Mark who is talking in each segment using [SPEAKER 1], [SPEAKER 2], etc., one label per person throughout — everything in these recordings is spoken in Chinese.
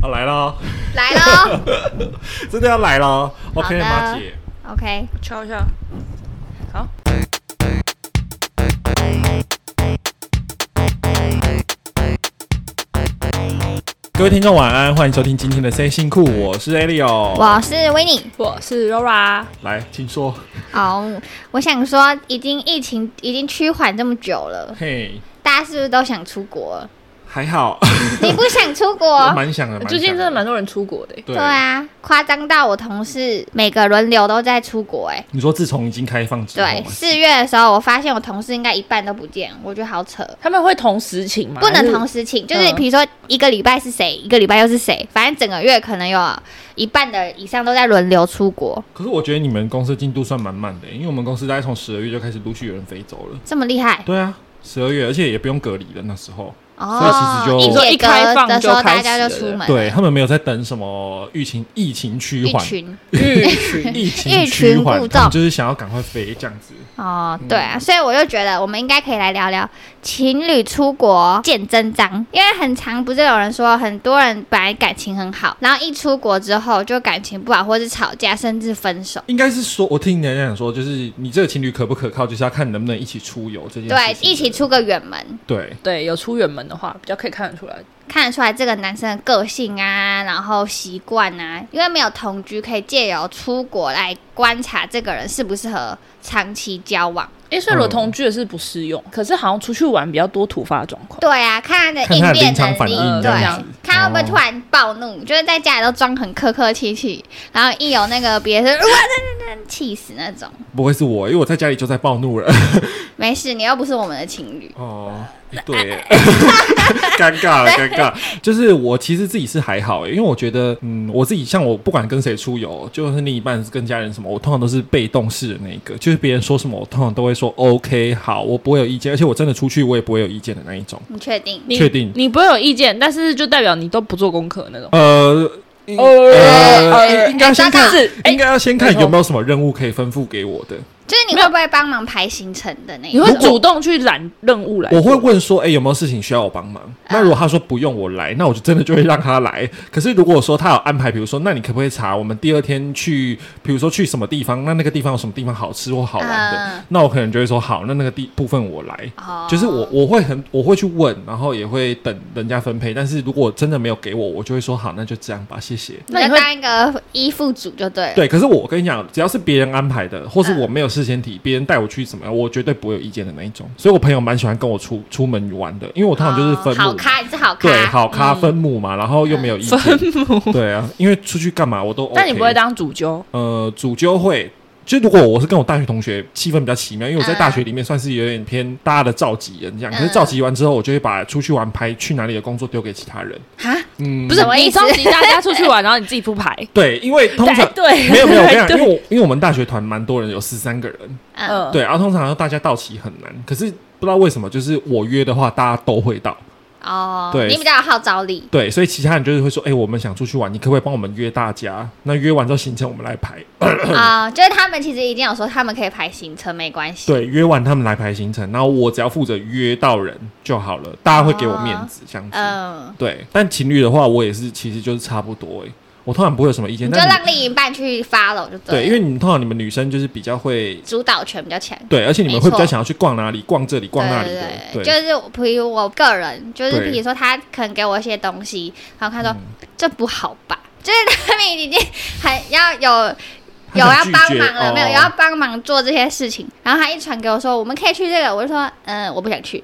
[SPEAKER 1] 啊，来了，
[SPEAKER 2] 来喽
[SPEAKER 1] 真的要来了。OK，哦
[SPEAKER 2] 好的
[SPEAKER 1] 马姐，
[SPEAKER 2] ，OK，
[SPEAKER 3] 敲一下。好，
[SPEAKER 1] 各位听众晚安，欢迎收听今天的 C 辛酷，我是 Elio。
[SPEAKER 2] 我是 w i n n i e
[SPEAKER 3] 我是 Rora。
[SPEAKER 1] 来，请说。
[SPEAKER 2] 哦，我想说，已经疫情已经趋缓这么久了，
[SPEAKER 1] 嘿，
[SPEAKER 2] 大家是不是都想出国 了？
[SPEAKER 1] 还好，
[SPEAKER 2] 你不想出
[SPEAKER 1] 我
[SPEAKER 2] 国？
[SPEAKER 1] 蛮想的。
[SPEAKER 3] 最近真的蛮
[SPEAKER 1] 多。
[SPEAKER 3] 多人出国的欸，
[SPEAKER 1] 对
[SPEAKER 2] 对，啊，夸张到我同事每个轮流都在出国、欸，哎。
[SPEAKER 1] 你说自从已经开放之后
[SPEAKER 2] 对，
[SPEAKER 1] 吗，
[SPEAKER 2] 四月的时候，我发现我同事应该一半都不见，我觉得好扯，
[SPEAKER 3] 他们会同时请吗？
[SPEAKER 2] 不能同
[SPEAKER 3] 还是
[SPEAKER 2] 时请，就是
[SPEAKER 3] 嗯
[SPEAKER 2] 比如说一个礼拜是谁，一个礼拜又是谁，反正整个月可能有一半的以上都在轮流出国，
[SPEAKER 1] 可是我觉得你们公司进度算蛮慢的，因为我们公司大概从十二月就开始陆续有人飞走了。
[SPEAKER 2] 这么厉害
[SPEAKER 1] 对啊，十二月，而且也不用隔离了。那时候，所以
[SPEAKER 2] 哦
[SPEAKER 1] 其实！就
[SPEAKER 2] 一解
[SPEAKER 3] 一开
[SPEAKER 2] 隔
[SPEAKER 3] 放
[SPEAKER 2] 的时
[SPEAKER 3] 就
[SPEAKER 2] 候，
[SPEAKER 3] 开
[SPEAKER 2] 大
[SPEAKER 3] 始
[SPEAKER 2] 家就
[SPEAKER 3] 了
[SPEAKER 2] 出门了，
[SPEAKER 1] 对他们没有在等什么疫情疫情趋
[SPEAKER 2] 一
[SPEAKER 1] 缓，
[SPEAKER 2] 群
[SPEAKER 1] 疫情
[SPEAKER 2] 欲
[SPEAKER 1] 趋
[SPEAKER 2] 擒
[SPEAKER 1] 缓
[SPEAKER 2] 故，
[SPEAKER 1] 他们
[SPEAKER 2] 纵
[SPEAKER 1] 就是想要赶快飞这样子。
[SPEAKER 2] 哦，对啊，所以我就觉得我们应该可以来聊聊情侣出国见真章，因为很长不是有人说很多人本来感情很好，然后一出国之后就感情不好，或是吵架，甚至分手。
[SPEAKER 1] 应该是说，我听人家讲说，就是你这个情侣可不可靠，就是要看能不能一起出游这件事情。
[SPEAKER 2] 对，一起。出个远门，
[SPEAKER 1] 对，
[SPEAKER 3] 对，有出远门的话，比较可以看得出来。
[SPEAKER 2] 看得出来这个男生的个性啊，然后习惯啊，因为没有同居，可以借由出国来观察这个人适不适合长期交往。
[SPEAKER 3] 诶，所以裸
[SPEAKER 1] 嗯
[SPEAKER 3] 同居的是不适用，可是好像出去玩比较多突发状况。
[SPEAKER 2] 对啊，看他的
[SPEAKER 1] 看他
[SPEAKER 2] 应
[SPEAKER 1] 的
[SPEAKER 2] 变
[SPEAKER 1] 临场
[SPEAKER 2] 能
[SPEAKER 1] 反
[SPEAKER 2] 力，
[SPEAKER 1] 应
[SPEAKER 3] 这
[SPEAKER 2] 对啊
[SPEAKER 3] 样子，
[SPEAKER 2] 看他会不会
[SPEAKER 1] 哦
[SPEAKER 2] 突然暴怒，就是在家里都装很客客气气，然后一有那个别人说哇，那那那气死那种。
[SPEAKER 1] 不会是我，因为我在家里就在暴怒了。
[SPEAKER 2] 没事，你又不是我们的情侣，
[SPEAKER 1] 哦，对 耶，尴尬了，尴尬。就是我其实自己是还好耶，欸因为我觉得，嗯，我自己像我不管跟谁出游，就是另一半跟家人什么，我通常都是被动式的那一个，就是别人说什么，我通常都会说 OK，好，我不会有意见，而且我真的出去，我也不会有意见的那一种。
[SPEAKER 2] 你确定？
[SPEAKER 3] 你
[SPEAKER 1] 确定
[SPEAKER 3] 你不会有意见，但是就代表你都不做功课那种。
[SPEAKER 1] 呃，应呃，应该要先看
[SPEAKER 3] 是
[SPEAKER 1] 应
[SPEAKER 3] 哎，
[SPEAKER 1] 该要先看
[SPEAKER 3] 没错
[SPEAKER 1] 有没有什么任务可以吩咐给我的。
[SPEAKER 2] 就是你
[SPEAKER 3] 没
[SPEAKER 2] 会
[SPEAKER 3] 有
[SPEAKER 2] 不会帮忙排行程的那一
[SPEAKER 3] 你
[SPEAKER 2] 种？
[SPEAKER 3] 会主动去揽任务来做？
[SPEAKER 1] 我会问说，哎、有没有事情需要我帮忙？那如果他说不用我来，那我就真的就会让他来。可是如果说他有安排，比如说，那你可不可以查我们第二天去，比如说去什么地方？那那个地方有什么地方好吃或好玩的？
[SPEAKER 2] 嗯
[SPEAKER 1] 那我可能就会说好，那那个地部分我来。
[SPEAKER 2] 哦
[SPEAKER 1] 就是我我会很我会去问，然后也会等人家分配。但是如果真的没有给我，我就会说好，那就这样吧，谢谢。
[SPEAKER 2] 你
[SPEAKER 3] 那你
[SPEAKER 2] 就
[SPEAKER 3] 会
[SPEAKER 2] 当一个依附组就对了。
[SPEAKER 1] 对，可是我跟你讲，只要是别人安排的，或是
[SPEAKER 2] 嗯
[SPEAKER 1] 我没有事先提，别、人带我去怎么样，我绝对不会有意见的那一种。所以我朋友蛮喜欢跟我出出门玩的，因为我通常就是分
[SPEAKER 2] 哦
[SPEAKER 1] 母，
[SPEAKER 2] 好咖，你是好咖，嗯
[SPEAKER 1] 对，好
[SPEAKER 3] 嗯
[SPEAKER 1] 咖分母嘛，然后又没有 意见， 对啊，因为出去干嘛我都、OK。
[SPEAKER 3] 但你不会当主揪，
[SPEAKER 1] 呃主纠会。就如果我是跟我大学同学，气氛比较奇妙，因为我在大学里面算是有点偏大家的召集人
[SPEAKER 3] 嗯
[SPEAKER 1] 这样。可是召集完之后，我就会把出去玩拍去哪里的工作丢给其他人。
[SPEAKER 2] 啊，
[SPEAKER 1] 嗯，
[SPEAKER 3] 不是
[SPEAKER 2] 什么意
[SPEAKER 3] 你
[SPEAKER 2] 思
[SPEAKER 3] 召集大家出去玩，然后你自己不排。
[SPEAKER 1] 对，因为通常
[SPEAKER 3] 对，
[SPEAKER 1] 没有没有，我 跟你讲，
[SPEAKER 3] 对
[SPEAKER 1] 因为我因为我们大学团蛮多人，有十三个人，
[SPEAKER 2] 嗯，
[SPEAKER 1] 对，然后通常大家到齐很难，可是不知道为什么，就是我约的话，大家都会到。
[SPEAKER 2] 哦，
[SPEAKER 1] 对
[SPEAKER 2] 你比较有号召 力。
[SPEAKER 1] 对，所以其他人就是会说，哎、我们想出去玩，你可不可以帮我们约大家？那约完之后行程我们来排。
[SPEAKER 2] 啊、就是他们其实已经有说他们可以排行程，没关系。
[SPEAKER 1] 对，约完他们来排行程，然后我只要负责约到人就好了，大家会给我面子这样子。
[SPEAKER 2] 嗯，
[SPEAKER 1] 对，但情侣的话，我也是，其实就是差不多哎、我通常不会有什么意见，
[SPEAKER 2] 你就
[SPEAKER 1] 但
[SPEAKER 2] 让另一半去 follow 就
[SPEAKER 1] 对，
[SPEAKER 2] 了
[SPEAKER 1] 因为你们通常你们女生就是比较会。
[SPEAKER 2] 主导权比较强。
[SPEAKER 1] 对，而且你们会比
[SPEAKER 2] 没
[SPEAKER 1] 较
[SPEAKER 2] 错
[SPEAKER 1] 想要去逛哪里，逛这里，逛那里的。
[SPEAKER 2] 对对对，就是比如我个人，就是
[SPEAKER 1] 对嗯
[SPEAKER 2] 比如说他可能给我一些东西，然后他说、这不好吧，就是他们已经很要有
[SPEAKER 1] 他
[SPEAKER 2] 有
[SPEAKER 1] 想
[SPEAKER 2] 要
[SPEAKER 1] 拒
[SPEAKER 2] 帮
[SPEAKER 1] 绝
[SPEAKER 2] 忙了、
[SPEAKER 1] 哦
[SPEAKER 2] 没有？有要帮忙做这些事情，然后他一传给我说我们可以去这个，我就说嗯我不 想去。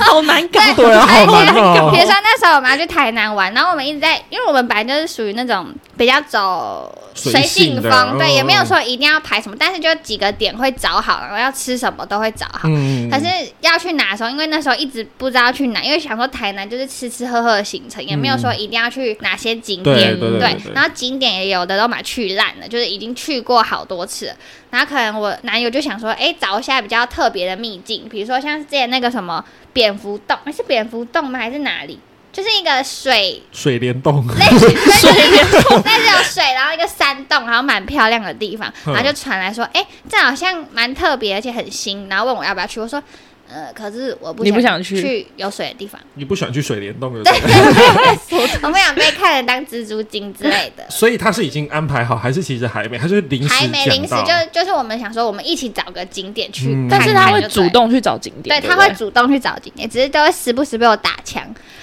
[SPEAKER 3] 好难搞。
[SPEAKER 1] 对啊，好
[SPEAKER 2] 哎
[SPEAKER 1] 难哦、
[SPEAKER 2] 比如说那时候我们要去台南玩，然后我们一直在，因为我们本来就是属于那种比较走
[SPEAKER 1] 随
[SPEAKER 2] 随
[SPEAKER 1] 性
[SPEAKER 2] 性
[SPEAKER 1] 的
[SPEAKER 2] 风，
[SPEAKER 1] 嗯
[SPEAKER 2] 对，也没有说一定要排什么，但是就几个点会找好，然后要吃什么都会找好。
[SPEAKER 1] 嗯
[SPEAKER 2] 可是要去哪的时候，因为那时候一直不知道去哪，因为想说台南就是吃吃喝喝的行程，也没有说一定要去哪些景点，
[SPEAKER 1] 对对对对对
[SPEAKER 2] 然后景点也有的都嘛去烂了，就是已经去过好多次了。然后可能我男友就想说，哎，找一下比较特别的秘境，比如说像之前那个什么蝙蝠洞，诶是蝙蝠洞吗？还是哪里？就是一个水
[SPEAKER 1] 水帘洞，
[SPEAKER 2] 类似水帘洞，但是有水，然后一个山洞，然后蛮漂亮的地方，
[SPEAKER 1] 嗯
[SPEAKER 2] 然后就传来说，哎、这好像蛮特别，而且很新，然后问我要不要去，我说。嗯、呃，可是我不
[SPEAKER 3] 你不想去
[SPEAKER 2] 去有水的地方，
[SPEAKER 1] 你不喜欢去水帘洞的，对不对？。
[SPEAKER 2] 我不想被看人当蜘蛛精之类的
[SPEAKER 1] 所以他是已经安排好，还是其实还没？他就是临时
[SPEAKER 2] 还没临时
[SPEAKER 1] 讲到
[SPEAKER 2] 就就是我们想说，我们一起找个景点去
[SPEAKER 1] 嗯
[SPEAKER 2] 看
[SPEAKER 3] 但
[SPEAKER 2] 看就对了，
[SPEAKER 3] 是他会主动去找景点，
[SPEAKER 2] 对，
[SPEAKER 3] 对
[SPEAKER 2] 他
[SPEAKER 3] 不对
[SPEAKER 2] 会主动去找景点，只是都会时不时被我打枪，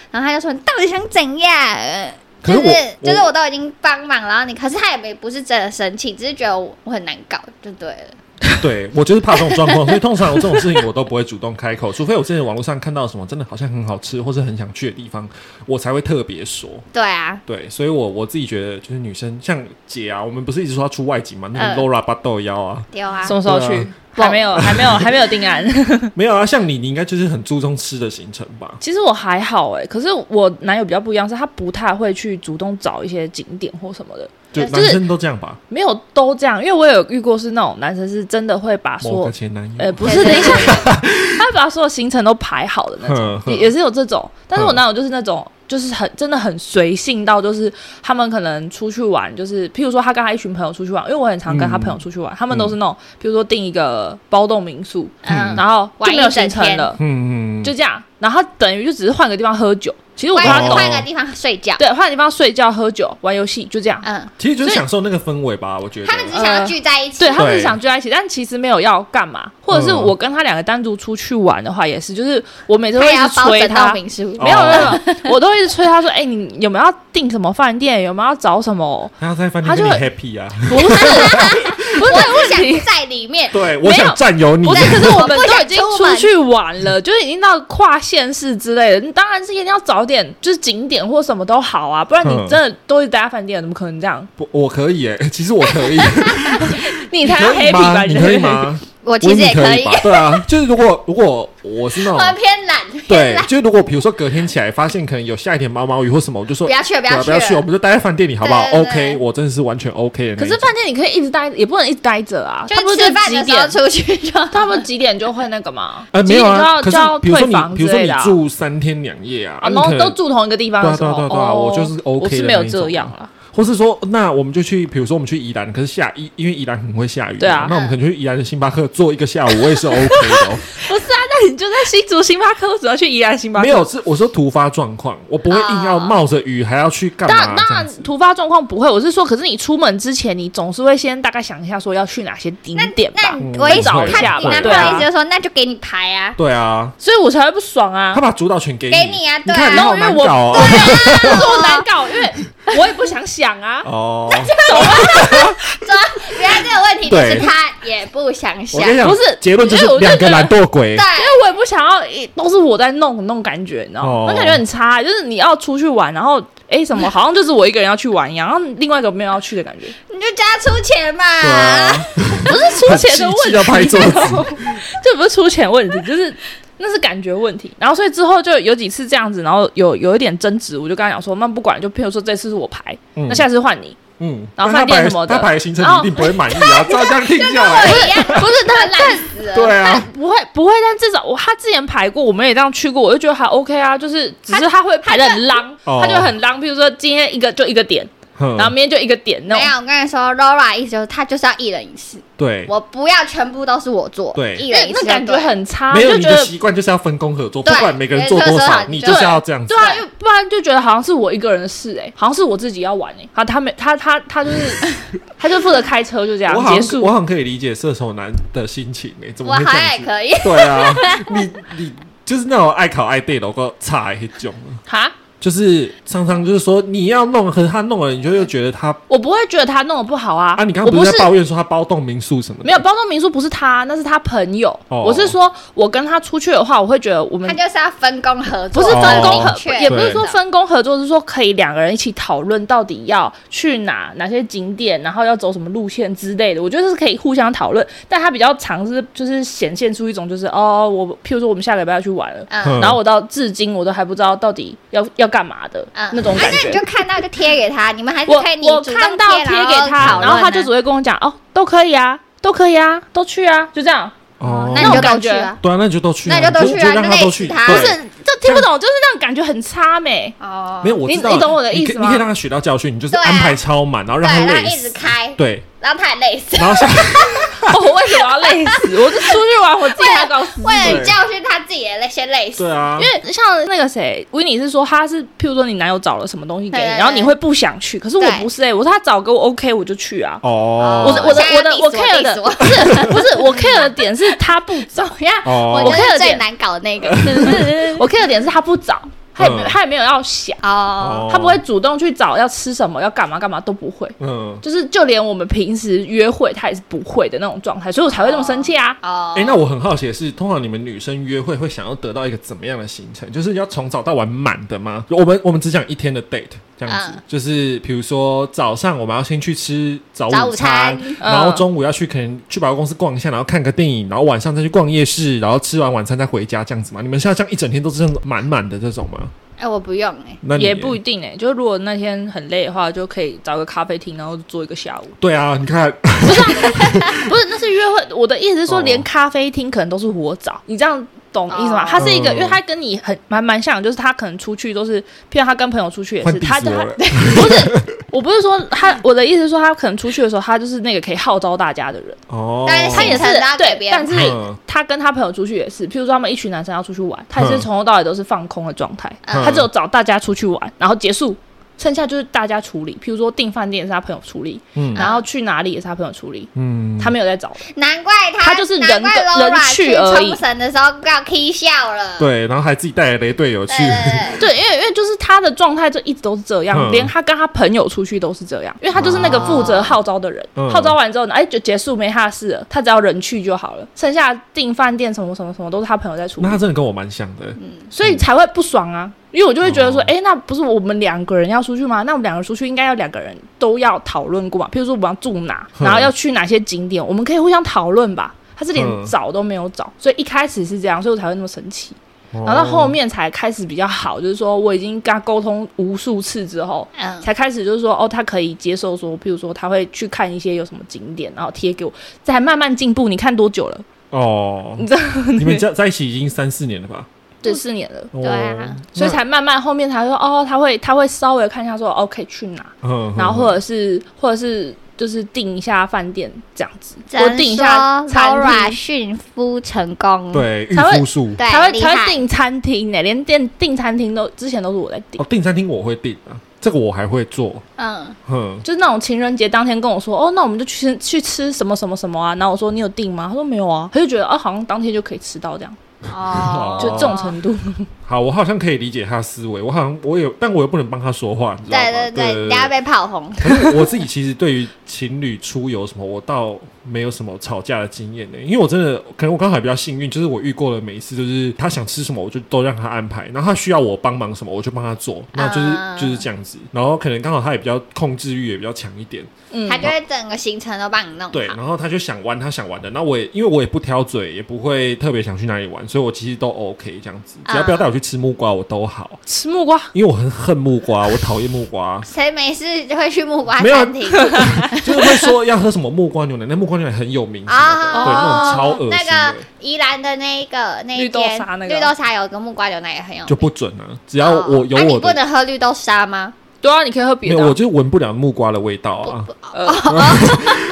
[SPEAKER 2] 然后他就说你到底想怎样？呃
[SPEAKER 1] 可
[SPEAKER 2] 就是是
[SPEAKER 1] 我
[SPEAKER 2] 就是
[SPEAKER 1] 我
[SPEAKER 2] 我都已经帮忙，然后你，可是他也没不是真的生气，只是觉得我我很难搞就对了。
[SPEAKER 1] 对我就是怕这种状况，所以通常有这种事情我都不会主动开 口，除非我之前网络上看到什么真的好像很好吃或是很想去的地方，我才会特别说。
[SPEAKER 2] 对啊，
[SPEAKER 1] 对，所以我我自己觉得就是女生像姐啊，我们不是一直说要出外景嘛，那
[SPEAKER 2] 嗯
[SPEAKER 1] 个 Laura 八豆腰啊，
[SPEAKER 2] 丢啊
[SPEAKER 3] 什，么时候
[SPEAKER 1] 对
[SPEAKER 3] 去
[SPEAKER 1] 啊？
[SPEAKER 3] 还没有，还没有， 还没有定案。
[SPEAKER 1] 没有啊，像你，你应该就是很注重吃的行程吧？
[SPEAKER 3] 其实我还好哎、可是我男友比较不一样，是他不太会去主动找一些景点或什么的，
[SPEAKER 1] 就
[SPEAKER 2] 呃
[SPEAKER 3] 就是
[SPEAKER 1] 男生都这样吧？
[SPEAKER 3] 没有都这样。因为我有遇过是那种男生是真的会把
[SPEAKER 1] 某
[SPEAKER 3] 所
[SPEAKER 1] 个
[SPEAKER 3] 有，
[SPEAKER 1] 前男友，
[SPEAKER 3] 呃，不是，等一下， 他会把所有行程都排好的那种，
[SPEAKER 1] 哼
[SPEAKER 3] 也
[SPEAKER 1] 哼
[SPEAKER 3] 也是有这种。但是我
[SPEAKER 1] 嗯
[SPEAKER 3] 男友就是那种，就是很真的很随性到，就是他们可能出去玩，就是譬如说他跟他一群朋友出去玩，因为我很常跟他
[SPEAKER 1] 嗯
[SPEAKER 3] 朋友出去玩，他们都是那种，譬如说订一个包栋民宿，
[SPEAKER 1] 嗯
[SPEAKER 2] 嗯，
[SPEAKER 3] 然后就
[SPEAKER 2] 玩一
[SPEAKER 3] 没有
[SPEAKER 2] 整
[SPEAKER 3] 行程
[SPEAKER 2] 天
[SPEAKER 3] 了。
[SPEAKER 1] 嗯，
[SPEAKER 3] 就这样。然后他等于就只是换个地方喝酒。其实我
[SPEAKER 2] 换
[SPEAKER 1] 哇哦
[SPEAKER 2] 一个
[SPEAKER 3] 跟他懂，
[SPEAKER 2] 换一个地方睡觉。
[SPEAKER 3] 对，换个地方睡觉、喝酒、玩游戏，就这样。
[SPEAKER 2] 嗯，
[SPEAKER 1] 其实就是享受那个氛围吧，我觉得。
[SPEAKER 2] 他们只是想要聚在一起。
[SPEAKER 3] 呃对，他们
[SPEAKER 1] 对
[SPEAKER 3] 是想聚在一起，但其实没有要干嘛。或者是
[SPEAKER 1] 嗯
[SPEAKER 3] 我跟他两个单独出去玩的话，也是，就是我每次都
[SPEAKER 2] 他
[SPEAKER 3] 会
[SPEAKER 2] 也
[SPEAKER 3] 一
[SPEAKER 2] 要
[SPEAKER 3] 直
[SPEAKER 2] 包
[SPEAKER 3] 催
[SPEAKER 2] 整
[SPEAKER 3] 他
[SPEAKER 2] 栋，民宿。
[SPEAKER 1] 哦
[SPEAKER 3] 没有没有，没有我都会一直催他说：“哎、你有没有要订什么饭店？有没有要找什么
[SPEAKER 1] 他要在饭店跟你
[SPEAKER 3] 他就
[SPEAKER 1] happy 啊，
[SPEAKER 3] 不是，不是
[SPEAKER 2] 我
[SPEAKER 3] 问
[SPEAKER 2] 只
[SPEAKER 3] 题
[SPEAKER 2] 想在里面。
[SPEAKER 1] 对
[SPEAKER 3] 有
[SPEAKER 1] 我想占有你
[SPEAKER 3] 不，是，可是我们
[SPEAKER 2] 我不
[SPEAKER 3] 都
[SPEAKER 2] 想
[SPEAKER 3] 已经
[SPEAKER 2] 出
[SPEAKER 3] 出
[SPEAKER 2] 门
[SPEAKER 3] 去玩了，就是已经到跨县市之类的，你当然是一定要找点就是景点或什么都好啊，不然你
[SPEAKER 1] 嗯
[SPEAKER 3] 真的都一直待在饭店，怎么可能这样？
[SPEAKER 1] 不我可以诶，其实我可以，
[SPEAKER 3] 你
[SPEAKER 1] 你
[SPEAKER 3] 才要
[SPEAKER 1] 可以
[SPEAKER 3] happy
[SPEAKER 1] 吗？
[SPEAKER 3] 吧？
[SPEAKER 1] 你
[SPEAKER 3] 才
[SPEAKER 1] 可以？吗？
[SPEAKER 2] 我
[SPEAKER 1] 我
[SPEAKER 2] 其实也
[SPEAKER 1] 可
[SPEAKER 2] 可
[SPEAKER 1] 以
[SPEAKER 2] 以
[SPEAKER 1] 吧，？对啊，就是如果如果我是那
[SPEAKER 2] 我很
[SPEAKER 1] 种。
[SPEAKER 2] 偏懒，
[SPEAKER 1] 对，就是如果比如说隔天起来发现可能有下一点毛毛雨或什么，我就说
[SPEAKER 2] 不要去了，不
[SPEAKER 1] 对啊
[SPEAKER 2] 要
[SPEAKER 1] 不
[SPEAKER 2] 去
[SPEAKER 1] 要去，我
[SPEAKER 2] 了。
[SPEAKER 1] 们就待在饭店里好不好
[SPEAKER 2] 对对对
[SPEAKER 1] ？OK，我真的是完全 OK 的那
[SPEAKER 3] 可
[SPEAKER 1] 一
[SPEAKER 3] 是
[SPEAKER 1] 种。
[SPEAKER 3] 饭店你可以一直待，也不能一直待着啊。他不
[SPEAKER 2] 就是吃饭
[SPEAKER 3] 几
[SPEAKER 2] 的时候
[SPEAKER 3] 点？
[SPEAKER 2] 出去就
[SPEAKER 3] 他不是几点就会那个吗？
[SPEAKER 1] 呃，没有啊，可是
[SPEAKER 3] 几点就要
[SPEAKER 1] 比
[SPEAKER 3] 就
[SPEAKER 1] 如
[SPEAKER 3] 要
[SPEAKER 1] 说
[SPEAKER 3] 退
[SPEAKER 1] 你，
[SPEAKER 3] 房
[SPEAKER 1] 比
[SPEAKER 3] 之
[SPEAKER 1] 如说
[SPEAKER 3] 类
[SPEAKER 1] 你
[SPEAKER 3] 的啊。
[SPEAKER 1] 住三天两夜啊，
[SPEAKER 3] 啊，
[SPEAKER 1] 你
[SPEAKER 3] 然后
[SPEAKER 1] 可能
[SPEAKER 3] 都住同一个地方的时
[SPEAKER 1] 对
[SPEAKER 3] 候，
[SPEAKER 1] 啊对啊对啊
[SPEAKER 3] 哦
[SPEAKER 1] 我就是
[SPEAKER 3] 我
[SPEAKER 1] OK
[SPEAKER 3] 是
[SPEAKER 1] 的
[SPEAKER 3] 没有
[SPEAKER 1] 那一种
[SPEAKER 3] 这样啊。
[SPEAKER 1] 或是说，那我们就去，比如说我们去宜兰，可是下宜，因为宜兰很会下雨嘛，
[SPEAKER 3] 对啊
[SPEAKER 1] 那我们可能去宜兰的星巴克坐一个下午，我也是 OK 的、
[SPEAKER 3] 不是啊，那你就在新竹星巴克，我只要去宜兰星巴
[SPEAKER 1] 哦。
[SPEAKER 3] 克。
[SPEAKER 1] 没有，是我说突发状况，我不会硬要冒着雨还要去干
[SPEAKER 3] 当
[SPEAKER 1] 嘛
[SPEAKER 3] 然，当
[SPEAKER 1] 这样
[SPEAKER 3] 然
[SPEAKER 1] 子。，
[SPEAKER 3] 突发状况不会。我是说，可是你出门之前，你总是会先大概想一下，说要去哪些景点吧
[SPEAKER 2] 那。
[SPEAKER 1] 嗯
[SPEAKER 2] 我一
[SPEAKER 1] 会
[SPEAKER 2] 看
[SPEAKER 1] 找一下
[SPEAKER 2] 你男朋
[SPEAKER 1] 对啊
[SPEAKER 2] 友一直就说，那就给你排啊。
[SPEAKER 1] 对啊，
[SPEAKER 3] 所以我才会不爽啊
[SPEAKER 1] 他！把主导权给你，
[SPEAKER 2] 给你啊对啊
[SPEAKER 1] 看你好难搞 哦。。
[SPEAKER 3] 这么难搞，因为我也不想想啊
[SPEAKER 1] 哦，
[SPEAKER 2] 说原来这个问题就
[SPEAKER 1] 对
[SPEAKER 2] 是他也不想
[SPEAKER 1] 我
[SPEAKER 2] 想
[SPEAKER 1] 跟。你讲，
[SPEAKER 3] 不是
[SPEAKER 1] 结论就是
[SPEAKER 3] 因为我就
[SPEAKER 1] 两个
[SPEAKER 3] 觉得
[SPEAKER 1] 懒惰鬼
[SPEAKER 2] 对。
[SPEAKER 3] 因为我也不想要，都是我在弄那种感觉，你知道
[SPEAKER 1] 哦
[SPEAKER 3] 吗？那、感觉很差，就是你要出去玩，然后哎、诶什么，好像就是我一个人要去玩一样，然后另外一个没有要去的感觉，
[SPEAKER 2] 你就加出钱嘛。
[SPEAKER 1] 对啊，
[SPEAKER 3] 不是出钱的
[SPEAKER 1] 很气气到拍
[SPEAKER 3] 问题，
[SPEAKER 1] 桌子
[SPEAKER 3] 这不是出钱问题，就是那是感觉问题。然后所以之后就有几次这样子，然后有有一点争执，我就跟他讲说，那不管，就譬如说这次是我排，
[SPEAKER 1] 嗯
[SPEAKER 3] 那下次换你，
[SPEAKER 1] 嗯，
[SPEAKER 3] 然
[SPEAKER 1] 但
[SPEAKER 3] 后
[SPEAKER 1] 他
[SPEAKER 3] 饭店
[SPEAKER 1] 排
[SPEAKER 3] 什么的哦
[SPEAKER 1] 他排行程
[SPEAKER 3] 然
[SPEAKER 1] 你一
[SPEAKER 3] 后
[SPEAKER 1] 定不会满意 啊，照这样听下来，
[SPEAKER 2] 一样，不是他烂死了。
[SPEAKER 1] 对啊，
[SPEAKER 3] 不会不会，但至少我他之前排过，我们也这样去过，我就觉得还 OK 啊，就是只是他会排的很浪，
[SPEAKER 1] 哦嗯
[SPEAKER 3] 他就很浪，譬如说今天一个就一个点，
[SPEAKER 1] 哼
[SPEAKER 3] 然后明天就一个点那
[SPEAKER 2] 没
[SPEAKER 3] 种。
[SPEAKER 2] 有，我跟你说，Laura 意思就是他就是要一人一事，
[SPEAKER 1] 对，
[SPEAKER 2] 我不要全部都是我做，
[SPEAKER 1] 对
[SPEAKER 2] 一
[SPEAKER 3] 那
[SPEAKER 2] 人一
[SPEAKER 3] 那
[SPEAKER 2] 事
[SPEAKER 3] 感觉很差，
[SPEAKER 1] 没有
[SPEAKER 3] 就
[SPEAKER 1] 你
[SPEAKER 3] 觉
[SPEAKER 1] 的
[SPEAKER 3] 得
[SPEAKER 1] 习惯就是要分工合作，不
[SPEAKER 2] 对
[SPEAKER 1] 管每个人做多少，你
[SPEAKER 2] 你
[SPEAKER 1] 就
[SPEAKER 2] 就是
[SPEAKER 1] 要这样子
[SPEAKER 3] 对。啊，因为不然就觉得好像是我一个人的事哎、好像是我自己要玩哎、好，他没他他他就是他就负责开车就这
[SPEAKER 1] 我
[SPEAKER 3] 样
[SPEAKER 1] 好
[SPEAKER 3] 结
[SPEAKER 1] 像我
[SPEAKER 3] 束。
[SPEAKER 1] 好像可以理解射手男的心情诶、怎
[SPEAKER 2] 我
[SPEAKER 1] 么会
[SPEAKER 2] 好
[SPEAKER 1] 这
[SPEAKER 2] 像也
[SPEAKER 1] 样子？
[SPEAKER 2] 可以。
[SPEAKER 1] 对啊，你你就是那种爱考爱 date 的，我差一种，
[SPEAKER 3] 哈，
[SPEAKER 1] 就是常常就是说你要弄，可是他弄了，你就又觉得他
[SPEAKER 3] 我不会觉得他弄得不好啊。
[SPEAKER 1] 啊，你刚
[SPEAKER 3] 我
[SPEAKER 1] 刚
[SPEAKER 3] 不
[SPEAKER 1] 不是
[SPEAKER 3] 是
[SPEAKER 1] 在抱怨说他包栋民宿什么的？
[SPEAKER 3] 没有，包装民宿不是他，那是他朋友。
[SPEAKER 1] 哦
[SPEAKER 3] 我是说，我跟他出去的话，我会觉得我们
[SPEAKER 2] 他就是要分工合
[SPEAKER 3] 不
[SPEAKER 2] 作，
[SPEAKER 3] 是
[SPEAKER 1] 哦
[SPEAKER 3] 分工合
[SPEAKER 2] 明确，
[SPEAKER 3] 也不是说
[SPEAKER 2] 对
[SPEAKER 3] 分工合作，是说可以两个人一起讨论到底要去哪哪些景点，然后要走什么路线之类的。我觉得是可以互相讨论，但他比较常是就是显现出一种就是哦，我譬如说我们下个礼拜要去玩了，
[SPEAKER 1] 嗯
[SPEAKER 2] 嗯。
[SPEAKER 3] 然后我到至今我都还不知道到底要要干嘛的、
[SPEAKER 2] 嗯
[SPEAKER 3] 那种感
[SPEAKER 2] 那你
[SPEAKER 3] 觉
[SPEAKER 2] 就。看到就贴给他，你们还是
[SPEAKER 3] 我
[SPEAKER 2] 可以你
[SPEAKER 3] 我
[SPEAKER 2] 主动
[SPEAKER 3] 看到贴给
[SPEAKER 2] 讨
[SPEAKER 3] 他，
[SPEAKER 2] 论
[SPEAKER 3] 然后他就只
[SPEAKER 2] 啊
[SPEAKER 3] 会跟我讲哦，都可以啊，都可以啊，都去啊，就这样。
[SPEAKER 1] 哦，
[SPEAKER 2] 那你就
[SPEAKER 3] 那
[SPEAKER 2] 都
[SPEAKER 3] 种
[SPEAKER 2] 去啊，
[SPEAKER 1] 对啊，那你就都去啊，
[SPEAKER 2] 那你就都去啊
[SPEAKER 1] 就让
[SPEAKER 2] 就
[SPEAKER 1] 他
[SPEAKER 2] 累
[SPEAKER 1] 都
[SPEAKER 2] 死
[SPEAKER 1] 去，
[SPEAKER 2] 他
[SPEAKER 1] 对
[SPEAKER 3] 不是，这听不懂，就是那种感觉很差 没。
[SPEAKER 2] 哦，
[SPEAKER 1] 没有我知道
[SPEAKER 3] 你你懂我的意思
[SPEAKER 1] 可
[SPEAKER 3] 吗
[SPEAKER 1] 你可以让他学到教训，你就是
[SPEAKER 2] 对啊
[SPEAKER 1] 安排超满，然后
[SPEAKER 2] 对，
[SPEAKER 1] 让他
[SPEAKER 2] 然后
[SPEAKER 1] 累
[SPEAKER 2] 一
[SPEAKER 1] 死，
[SPEAKER 2] 直开，
[SPEAKER 1] 对，
[SPEAKER 2] 然后他也累死，
[SPEAKER 1] 然后下
[SPEAKER 3] 哦我为什么要累死？我就出去玩，我自己还 搞死。
[SPEAKER 2] 为了
[SPEAKER 1] 对
[SPEAKER 2] 教训他自己的那些累死。
[SPEAKER 1] 对啊，
[SPEAKER 3] 因为像那个谁，维尼是说他是，譬如说你男友找了什么东西给你，
[SPEAKER 2] 对对对
[SPEAKER 3] 然后你会不想去，可是我
[SPEAKER 2] 对
[SPEAKER 3] 不是哎、我说他找给我 OK 我就去啊。
[SPEAKER 1] 哦，
[SPEAKER 3] 我的我的
[SPEAKER 2] 现在要
[SPEAKER 3] 我
[SPEAKER 2] diss
[SPEAKER 3] 的我 care 的
[SPEAKER 2] diss 我
[SPEAKER 3] 不是不是，我 care 的点是他不找呀，
[SPEAKER 1] 哦，
[SPEAKER 2] 我
[SPEAKER 3] 我
[SPEAKER 2] 觉
[SPEAKER 3] care
[SPEAKER 2] 得
[SPEAKER 3] 的
[SPEAKER 2] 最
[SPEAKER 3] 点
[SPEAKER 2] 难搞的那个
[SPEAKER 3] 我 care 的点是他不找，他也没
[SPEAKER 1] 嗯
[SPEAKER 3] 他也没有要想，
[SPEAKER 2] 哦，
[SPEAKER 3] 他不会主动去找要吃什么要干嘛干嘛都不会，
[SPEAKER 1] 嗯，
[SPEAKER 3] 就是就连我们平时约会他也是不会的那种状态，所以我才会这么生气啊。
[SPEAKER 2] 哦，
[SPEAKER 1] 哎、那我很好奇的是，通常你们女生约会会想要得到一个怎么样的行程？就是要从早到晚满的吗？我们我们只讲一天的 date 这样子，
[SPEAKER 2] 嗯
[SPEAKER 1] 就是比如说早上我们要先去吃早午餐，
[SPEAKER 2] 早午餐
[SPEAKER 1] 然后
[SPEAKER 3] 嗯
[SPEAKER 1] 中午要去可能去百货公司逛一下，然后看个电影，然后晚上再去逛夜市，然后吃完晚餐再回家这样子吗？你们是要这样一整天都是这样满满的这种吗？
[SPEAKER 2] 哎，我不用哎，
[SPEAKER 1] 那你
[SPEAKER 3] 也不一定哎、就是如果那天很累的话，就可以找个咖啡厅，然后做一个下午。
[SPEAKER 1] 对啊，你看，
[SPEAKER 3] 不是，那是约会。我的意思是说，
[SPEAKER 1] 哦
[SPEAKER 3] 连咖啡厅可能都是我找，你这样懂意思吗
[SPEAKER 2] 哦？
[SPEAKER 3] 他是一个，
[SPEAKER 1] 嗯
[SPEAKER 3] 因为他跟你很蛮蛮像，就是他可能出去都是，譬如他跟朋友出去也
[SPEAKER 1] 换
[SPEAKER 3] 是，
[SPEAKER 1] diss
[SPEAKER 3] 他
[SPEAKER 1] 我
[SPEAKER 3] 他
[SPEAKER 1] 了
[SPEAKER 3] 不是，我不是说他，我的意思是说，他可能出去的时候，他就是那个可以号召大家的人，
[SPEAKER 1] 哦，
[SPEAKER 2] 但是
[SPEAKER 3] 他也是
[SPEAKER 2] 行程都要给
[SPEAKER 3] 对，
[SPEAKER 2] 别人
[SPEAKER 3] 但是
[SPEAKER 1] 嗯
[SPEAKER 3] 他跟他朋友出去也是，譬如说他们一群男生要出去玩，他也是
[SPEAKER 1] 嗯
[SPEAKER 3] 从头到尾都是放空的状态，
[SPEAKER 1] 嗯
[SPEAKER 3] 他只有找大家出去玩，然后结束。剩下就是大家处理，譬如说订饭店也是他朋友处理，
[SPEAKER 1] 嗯
[SPEAKER 3] 然后去哪里也是他朋友处理，
[SPEAKER 1] 嗯，
[SPEAKER 3] 他没有在找的。
[SPEAKER 2] 难怪
[SPEAKER 3] 他就是
[SPEAKER 2] 难
[SPEAKER 3] 人
[SPEAKER 2] 怪
[SPEAKER 3] 跟
[SPEAKER 2] Laura
[SPEAKER 3] 人去
[SPEAKER 2] 去
[SPEAKER 3] 而已
[SPEAKER 2] 冲绳的时候要 k 笑了，
[SPEAKER 1] 对，然后还自己带雷队友去
[SPEAKER 2] 对，对
[SPEAKER 3] 对，因为因为就是他的状态就一直都是这样，
[SPEAKER 1] 嗯
[SPEAKER 3] 连他跟他朋友出去都是这样，因为他就是那个负责号召的人，
[SPEAKER 1] 嗯
[SPEAKER 3] 号召完之后呢，哎就结束没他的事了，他只要人去就好了，剩下订饭店什么什么什么都是他朋友在处 理
[SPEAKER 1] 那，他真的跟我蛮像的，
[SPEAKER 2] 嗯
[SPEAKER 3] 所以才会不爽啊。因为我就会觉得说，
[SPEAKER 1] 哦
[SPEAKER 3] 哎、那不是我们两个人要出去吗？那我们两个人出去应该要两个人都要讨论过嘛。譬如说我们要住哪，
[SPEAKER 1] 嗯
[SPEAKER 3] 然后要去哪些景点，我们可以互相讨论吧。他是连
[SPEAKER 1] 嗯
[SPEAKER 3] 找都没有找，所以一开始是这样，所以我才会那么生气。
[SPEAKER 1] 然
[SPEAKER 3] 然后到后面才开始比较好，就是说我已经跟他沟通无数次之后，
[SPEAKER 2] 嗯，
[SPEAKER 3] 才开始就是说哦，他可以接受说，譬如说他会去看一些有什么景点，然后贴给我，这还慢慢进步。你看多久了？
[SPEAKER 1] 哦，
[SPEAKER 3] 你知道
[SPEAKER 1] 你们在在一起已经三四年了吧？
[SPEAKER 3] 这四年了，
[SPEAKER 1] 对
[SPEAKER 2] 对啊，
[SPEAKER 3] 所以才慢慢后面才说哦，他会他会稍微看一下说哦可以去哪，
[SPEAKER 1] 那嗯，
[SPEAKER 3] 然后或
[SPEAKER 1] 嗯
[SPEAKER 3] 者是或者是就是订一下饭店这样子，
[SPEAKER 2] 只
[SPEAKER 3] 或
[SPEAKER 2] 能
[SPEAKER 3] 者订一
[SPEAKER 2] 说
[SPEAKER 3] 下餐
[SPEAKER 2] Laura
[SPEAKER 3] 厅。
[SPEAKER 2] 驯服成功，
[SPEAKER 1] 嗯对
[SPEAKER 3] 才会
[SPEAKER 1] 孕妇术
[SPEAKER 2] 对，
[SPEAKER 3] 才会
[SPEAKER 2] 厉
[SPEAKER 3] 才
[SPEAKER 2] 害
[SPEAKER 3] 会。订餐厅呢、连订订餐厅都之前都是我在订。
[SPEAKER 1] 哦，订餐厅我会订啊，这个我还会做，
[SPEAKER 2] 嗯，
[SPEAKER 1] 哼，
[SPEAKER 3] 就是那种情人节当天跟我说，哦，那我们就去吃去吃什么什么什么啊。然后我说你有订吗？他说没有啊。他就觉得，哦，好像当天就可以吃到这样，
[SPEAKER 2] 哦，
[SPEAKER 3] 就这种 程度。
[SPEAKER 1] 好，我好像可以理解他的思维，我好像我也，但我又不能帮他说话，你知道吗？
[SPEAKER 2] 对对对，
[SPEAKER 1] 对
[SPEAKER 2] 你等下被炮轰。
[SPEAKER 1] 可是我自己其实对于情侣出游什么，我倒没有什么吵架的经验呢、因为我真的可能我刚好也比较幸运，就是我遇过了每一次，就是他想吃什么我就都让他安排，然后他需要我帮忙什么我就帮他做，那就是、
[SPEAKER 2] 嗯
[SPEAKER 1] 就是这样子。然后可能刚好他也比较控制欲也比较强一点，
[SPEAKER 3] 嗯
[SPEAKER 2] 他，就会整个行程都帮你弄
[SPEAKER 1] 对，
[SPEAKER 2] 好。
[SPEAKER 1] 然后他就想玩他想玩的，那我也因为我也不挑嘴，也不会特别想去哪里玩，所以我其实都 OK 这样子，只要不要带我去吃木瓜我都好，
[SPEAKER 3] 吃木瓜，
[SPEAKER 1] 因为我很恨木瓜，我讨厌木瓜。
[SPEAKER 2] 谁没事就会去木瓜
[SPEAKER 1] 没有啊
[SPEAKER 2] 餐厅？
[SPEAKER 1] 就是会说要喝什么木瓜牛奶，那木瓜牛奶很有名什么的，
[SPEAKER 2] 啊
[SPEAKER 1] 对，那种超恶
[SPEAKER 2] 那
[SPEAKER 1] 心
[SPEAKER 2] 个
[SPEAKER 1] 的，
[SPEAKER 2] 宜兰的那一个那一
[SPEAKER 3] 绿豆
[SPEAKER 2] 间
[SPEAKER 3] 沙那个
[SPEAKER 2] 绿豆沙有个木瓜牛奶也很有名，
[SPEAKER 1] 就不准啊！只要我有
[SPEAKER 2] 哦啊
[SPEAKER 1] 我
[SPEAKER 2] 你不
[SPEAKER 1] 的，
[SPEAKER 2] 能喝绿豆沙吗？
[SPEAKER 3] 对啊，你可以喝别
[SPEAKER 1] 没有，
[SPEAKER 3] 的啊、
[SPEAKER 1] 我就闻不了木瓜的味道啊，
[SPEAKER 2] 哦
[SPEAKER 3] 呃，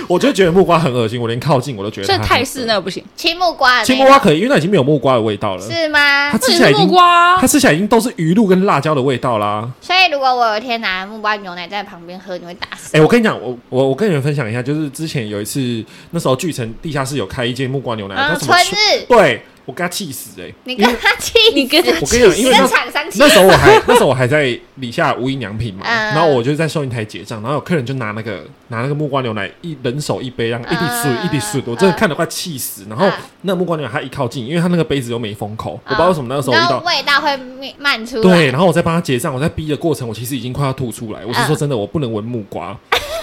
[SPEAKER 1] 我就觉得木瓜很恶心，我连靠近我都觉得
[SPEAKER 3] 所
[SPEAKER 1] 它
[SPEAKER 3] 以
[SPEAKER 1] 很恶心。
[SPEAKER 3] 泰式那个不行，
[SPEAKER 2] 青木瓜的那个
[SPEAKER 1] 青木瓜可以，因为那已经没有木瓜的味道了，
[SPEAKER 2] 是吗
[SPEAKER 1] 它？
[SPEAKER 3] 那
[SPEAKER 1] 吃
[SPEAKER 3] 也
[SPEAKER 1] 起来
[SPEAKER 3] 是
[SPEAKER 1] 已
[SPEAKER 3] 木
[SPEAKER 1] 经，
[SPEAKER 3] 瓜、
[SPEAKER 1] 它
[SPEAKER 3] 啊。
[SPEAKER 1] 吃起来已经都是鱼露跟辣椒的味道啦。
[SPEAKER 2] 所以如果我有一天拿木瓜牛奶在旁边喝，你会打死
[SPEAKER 1] 哎、我跟你讲，我我我跟你们分享一下，就是之前有一次，那时候巨城地下室有开一间木瓜牛奶，
[SPEAKER 2] 啊
[SPEAKER 1] 它什么
[SPEAKER 2] 春日，
[SPEAKER 1] 对我给他气死哎、
[SPEAKER 2] 你
[SPEAKER 1] 因为
[SPEAKER 2] 跟他气死，
[SPEAKER 3] 你跟他
[SPEAKER 1] 我跟你讲，因为那
[SPEAKER 2] 跟厂商气
[SPEAKER 1] 那，时候我还那时候我还在理下无印良品嘛，
[SPEAKER 2] 嗯
[SPEAKER 1] 然后我就在收银台结账，然后有客人就拿那个拿那个木瓜牛奶一人手一杯，然后一滴水、
[SPEAKER 2] 嗯
[SPEAKER 1] 一滴水，我真的看得快气死。然后、
[SPEAKER 2] 嗯
[SPEAKER 1] 那木瓜牛奶它一靠近，因为它那个杯子又没封口，我不知道为什么那个时候
[SPEAKER 2] 然
[SPEAKER 1] 遇
[SPEAKER 2] 后
[SPEAKER 1] 到。
[SPEAKER 2] 味道会漫漫出来。
[SPEAKER 1] 对，然后我在帮他结账，我在逼的过程，我其实已经快要吐出来。我是说
[SPEAKER 2] 嗯
[SPEAKER 1] 真的，我不能闻木瓜。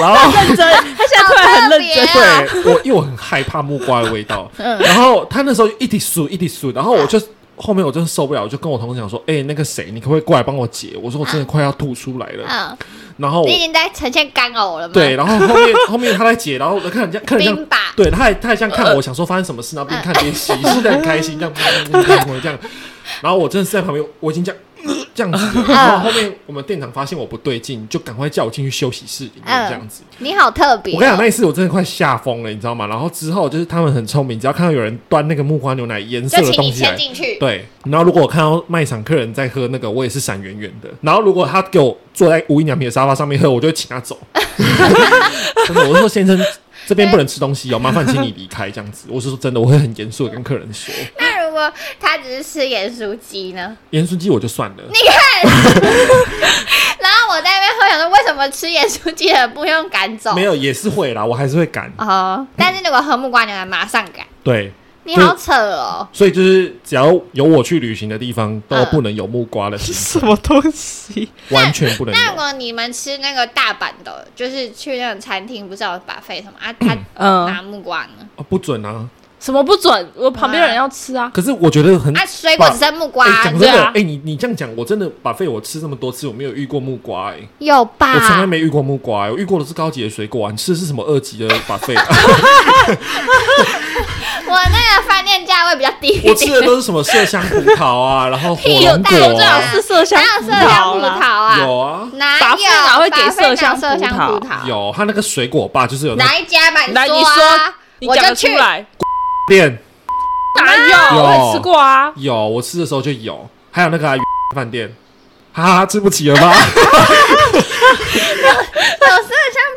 [SPEAKER 1] 然后
[SPEAKER 3] 认真，他现在突然很认真
[SPEAKER 2] 好特别。哦
[SPEAKER 1] 对我，因为我很害怕木瓜的味 道。
[SPEAKER 2] 嗯
[SPEAKER 1] 然后他那时候就一滴数一滴数，然后我就、后面我真的受不了，我就跟我同事讲说：“哎、那个谁，你可不可以过来帮我解？”我说：“我真的快要吐出来了。
[SPEAKER 2] 嗯，
[SPEAKER 1] 然后我
[SPEAKER 2] 你已经在呈现干呕了吗？
[SPEAKER 1] 对，，然后后面 后面他在解，然后我看人家看人
[SPEAKER 2] 冰嗯
[SPEAKER 1] 家。
[SPEAKER 2] 吧，
[SPEAKER 1] 对，他还他还这样看我，想说发生什么事，然后边嗯 看边洗，是不是很开心？这样，这样这样这样这样然后我真的是在旁边，我已经这样，呃这样子
[SPEAKER 2] 嗯
[SPEAKER 1] 的。然后后面我们店长发现我不对劲，就赶快叫我进去休息室里面
[SPEAKER 2] 嗯
[SPEAKER 1] 这样子。
[SPEAKER 2] 你好特别、
[SPEAKER 1] 我
[SPEAKER 2] 哦。
[SPEAKER 1] 跟你讲，那一次我真的快吓疯了，你知道吗？然后之后就是他们很聪明，只要看到有人端那个木瓜牛奶颜色
[SPEAKER 2] 就
[SPEAKER 1] 的
[SPEAKER 2] 请
[SPEAKER 1] 东
[SPEAKER 2] 你
[SPEAKER 1] 西来
[SPEAKER 2] 先，进去。
[SPEAKER 1] 对。然后如果我看到卖场客人在喝那个，我也是闪远远的。然后如果他给我坐在无印良品的沙发上面喝，我就会请他 走。真的，我就说先生。这边不能吃东西哦，麻烦请你离开这样子。我是说真的，我会很严肃的跟客人 说，
[SPEAKER 2] 那如果他只是吃盐酥鸡呢？
[SPEAKER 1] 盐酥鸡我就算了。
[SPEAKER 2] 然后我在那边喝，想说为什么吃盐酥鸡的人不用赶走？
[SPEAKER 1] 没有，也是会啦，我还是会赶。
[SPEAKER 2] 哦，但是如果喝木瓜牛奶马上赶，
[SPEAKER 1] 对，
[SPEAKER 2] 你好扯哦。
[SPEAKER 1] 所以就是只要有我去旅行的地方，都
[SPEAKER 2] 嗯
[SPEAKER 1] 不能有木瓜的行
[SPEAKER 3] 什么东西？
[SPEAKER 1] 程，完全不能
[SPEAKER 2] 那如
[SPEAKER 1] 有。
[SPEAKER 2] 果你们吃那个大阪的，就是去那种餐厅，不是有把费什么 啊？他
[SPEAKER 3] 嗯，
[SPEAKER 2] 拿木瓜呢？
[SPEAKER 1] 哦不准啊！
[SPEAKER 3] 什么不准？我旁边有人要吃啊。
[SPEAKER 1] 可是我觉得很哎
[SPEAKER 2] 啊，水果只剩木瓜，
[SPEAKER 1] 哎，讲、
[SPEAKER 3] 对
[SPEAKER 1] 真的，
[SPEAKER 3] 啊
[SPEAKER 1] 哎、你你这样讲，我真的把费我吃这么多次，我没有遇过木瓜、 哎、
[SPEAKER 2] 有吧
[SPEAKER 1] 我？从来没遇过木瓜、哎我遇过的是高级的水果啊，你吃的是 什么二级的把费、啊？
[SPEAKER 2] 我那个饭店价位比较低一
[SPEAKER 1] 我吃
[SPEAKER 2] 点，
[SPEAKER 1] 的都是什么麝香葡萄啊，然后火
[SPEAKER 2] 屁
[SPEAKER 1] 龙
[SPEAKER 2] 有
[SPEAKER 1] 果
[SPEAKER 2] 大
[SPEAKER 3] 最好
[SPEAKER 1] 啊，
[SPEAKER 3] 是麝香
[SPEAKER 2] 哪有
[SPEAKER 3] 葡
[SPEAKER 2] 麝香
[SPEAKER 3] 萄
[SPEAKER 2] 葡
[SPEAKER 3] 啦
[SPEAKER 2] 萄。啊？
[SPEAKER 1] 有啊，
[SPEAKER 2] 哪
[SPEAKER 3] 巴菲
[SPEAKER 2] 有？
[SPEAKER 3] 哪会给
[SPEAKER 2] 巴菲
[SPEAKER 3] 麝香
[SPEAKER 2] 哪麝香
[SPEAKER 3] 葡萄
[SPEAKER 2] 葡萄？
[SPEAKER 1] 有他那个水果吧，就是有那个
[SPEAKER 2] 哪一家吧？
[SPEAKER 3] 来，你
[SPEAKER 2] 啊，
[SPEAKER 3] 你
[SPEAKER 2] 我
[SPEAKER 3] 讲
[SPEAKER 2] 就
[SPEAKER 3] 得出
[SPEAKER 2] 去。
[SPEAKER 3] 来？
[SPEAKER 1] 店
[SPEAKER 3] 哪有？
[SPEAKER 1] 有
[SPEAKER 3] 我也吃过啊。
[SPEAKER 1] 有，我吃的时候就有，还有那个啊、饭店，哈哈，吃不起了 吧？
[SPEAKER 2] 有麝香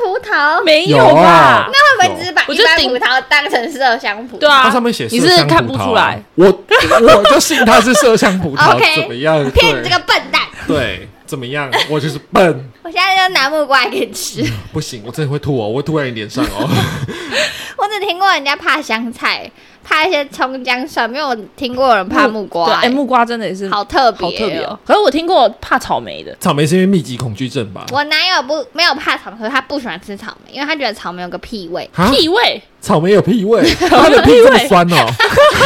[SPEAKER 2] 葡萄，
[SPEAKER 3] 没有
[SPEAKER 1] 有
[SPEAKER 3] 吧
[SPEAKER 1] 啊？
[SPEAKER 2] 那会不会只是把
[SPEAKER 3] 我
[SPEAKER 2] 一
[SPEAKER 3] 就
[SPEAKER 2] 般
[SPEAKER 3] 顶
[SPEAKER 2] 葡萄当成麝香葡萄？
[SPEAKER 3] 对啊
[SPEAKER 1] 它上面写
[SPEAKER 3] 你
[SPEAKER 1] 麝
[SPEAKER 3] 是
[SPEAKER 1] 香
[SPEAKER 3] 看
[SPEAKER 1] 葡
[SPEAKER 3] 不
[SPEAKER 1] 萄
[SPEAKER 3] 出
[SPEAKER 1] 啊
[SPEAKER 3] 来，
[SPEAKER 1] 我 我就信它是麝香葡萄
[SPEAKER 2] OK，
[SPEAKER 1] 怎么样？
[SPEAKER 2] 骗
[SPEAKER 1] 对
[SPEAKER 2] 你这个笨蛋！
[SPEAKER 1] 对，怎么样？我就是笨，
[SPEAKER 2] 我现在就拿木瓜给你吃。
[SPEAKER 3] 嗯
[SPEAKER 1] 不行，我真的会吐哦，我会吐在你脸上哦。
[SPEAKER 2] 我只听过人家怕香菜，怕一些葱姜蒜，没有听过有人怕木瓜、
[SPEAKER 3] 对
[SPEAKER 2] 欸
[SPEAKER 3] 哎，木瓜真的也是
[SPEAKER 2] 好特别、
[SPEAKER 3] 好特别哦。。可是我听过怕草莓的，
[SPEAKER 1] 草莓是因为密集恐惧症吧？。
[SPEAKER 2] 我男友不没有怕草莓，可是他不喜欢吃草莓，因为他觉得草莓有个屁味
[SPEAKER 1] 啊，
[SPEAKER 3] 屁味，
[SPEAKER 1] 草莓有屁 味，
[SPEAKER 3] 莓
[SPEAKER 1] 它
[SPEAKER 3] 有
[SPEAKER 1] 的
[SPEAKER 3] 屁
[SPEAKER 1] 屁
[SPEAKER 3] 味
[SPEAKER 1] 这么酸哦。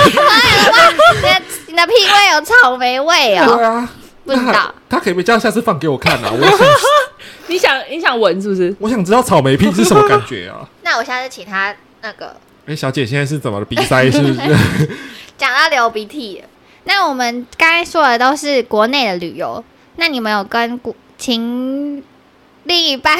[SPEAKER 2] 你的你的屁味有草莓味
[SPEAKER 1] 对
[SPEAKER 2] 哦，
[SPEAKER 1] 啊，
[SPEAKER 2] 不知道
[SPEAKER 1] 那。它可以不可以这样？下次放给我看啊！我想，
[SPEAKER 3] 你想你想闻是不是？
[SPEAKER 1] 我想知道草莓屁是什么感觉啊！
[SPEAKER 2] 那我下次请他那个
[SPEAKER 1] 哎，小姐现在是怎么了？鼻塞是不是？
[SPEAKER 2] 讲到流鼻涕了，那我们刚才说的都是国内的旅游，那你们有跟国情另一半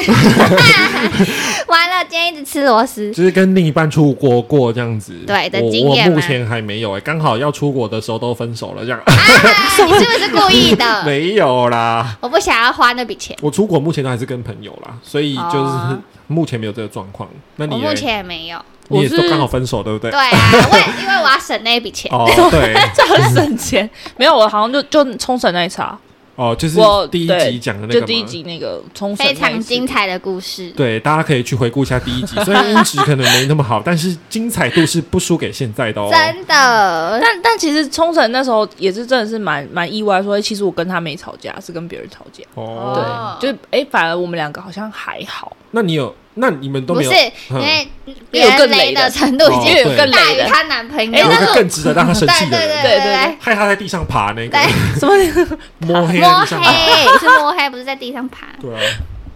[SPEAKER 2] 完了？今天一直吃螺 丝，
[SPEAKER 1] 就是跟另一半出国过这样子。
[SPEAKER 2] 对的
[SPEAKER 1] 我
[SPEAKER 2] 经
[SPEAKER 1] 我
[SPEAKER 2] 验吗
[SPEAKER 1] 目前还没有哎、刚好要出国的时候都分手了，这样
[SPEAKER 2] 啊、你是不是故 意的？
[SPEAKER 1] 没有啦。
[SPEAKER 2] 我不想要花那笔钱，
[SPEAKER 1] 我出国目前都还是跟朋友啦，所以就是
[SPEAKER 2] 哦
[SPEAKER 1] 目前没有这个状况。那
[SPEAKER 2] 我
[SPEAKER 1] 你
[SPEAKER 2] 目
[SPEAKER 1] 嘞
[SPEAKER 2] 前也没有。
[SPEAKER 1] 你也
[SPEAKER 3] 我是
[SPEAKER 1] 都刚好分手，对不对
[SPEAKER 2] 对？啊，我也因为我要省那笔 钱。
[SPEAKER 1] 哦，对，
[SPEAKER 3] 这很省钱。 没有，我好像就就冲绳那一次啊，
[SPEAKER 1] 哦，就是
[SPEAKER 3] 我
[SPEAKER 1] 第一
[SPEAKER 3] 对
[SPEAKER 1] 集讲的那个
[SPEAKER 3] 就
[SPEAKER 1] 嘛
[SPEAKER 3] 第一集那个冲绳
[SPEAKER 2] 非
[SPEAKER 3] 那一
[SPEAKER 2] 常
[SPEAKER 3] 次
[SPEAKER 2] 精彩的故事，
[SPEAKER 1] 对，大家可以去回顾一下第一集， 虽然音质可能没那么好，但是精彩度是不输给现在的哦。
[SPEAKER 2] 真的。
[SPEAKER 3] 但但其实冲绳那时候也是真的是蛮蛮意外，说其实我跟他没吵架，是跟别人吵架。对，
[SPEAKER 1] 哦，
[SPEAKER 2] 哦
[SPEAKER 3] 就哎、反而我们两个好像还好，
[SPEAKER 1] 那你有，那你们都
[SPEAKER 2] 不
[SPEAKER 1] 没
[SPEAKER 2] 是
[SPEAKER 1] 有，嗯
[SPEAKER 2] 因为别
[SPEAKER 3] 有更
[SPEAKER 2] 人
[SPEAKER 3] 雷
[SPEAKER 2] 雷
[SPEAKER 3] 的
[SPEAKER 2] 的程度已
[SPEAKER 1] 哦
[SPEAKER 3] 因
[SPEAKER 2] 经
[SPEAKER 3] 为有更
[SPEAKER 2] 大
[SPEAKER 3] 雷
[SPEAKER 2] 于
[SPEAKER 3] 的。
[SPEAKER 2] 她男朋友
[SPEAKER 3] 哎
[SPEAKER 1] 有
[SPEAKER 2] 了。
[SPEAKER 1] 一
[SPEAKER 3] 那
[SPEAKER 1] 个
[SPEAKER 3] 个
[SPEAKER 1] 更值得让他生
[SPEAKER 2] 对
[SPEAKER 1] 气
[SPEAKER 2] 对
[SPEAKER 1] 的人，
[SPEAKER 2] 对
[SPEAKER 3] 对对
[SPEAKER 2] 对
[SPEAKER 1] 害他在地上爬那个
[SPEAKER 2] 对，
[SPEAKER 3] 什么？
[SPEAKER 1] 摸黑在
[SPEAKER 2] 摸
[SPEAKER 1] 地上爬。
[SPEAKER 2] 黑 是摸黑，不是在地上爬。
[SPEAKER 1] 对啊，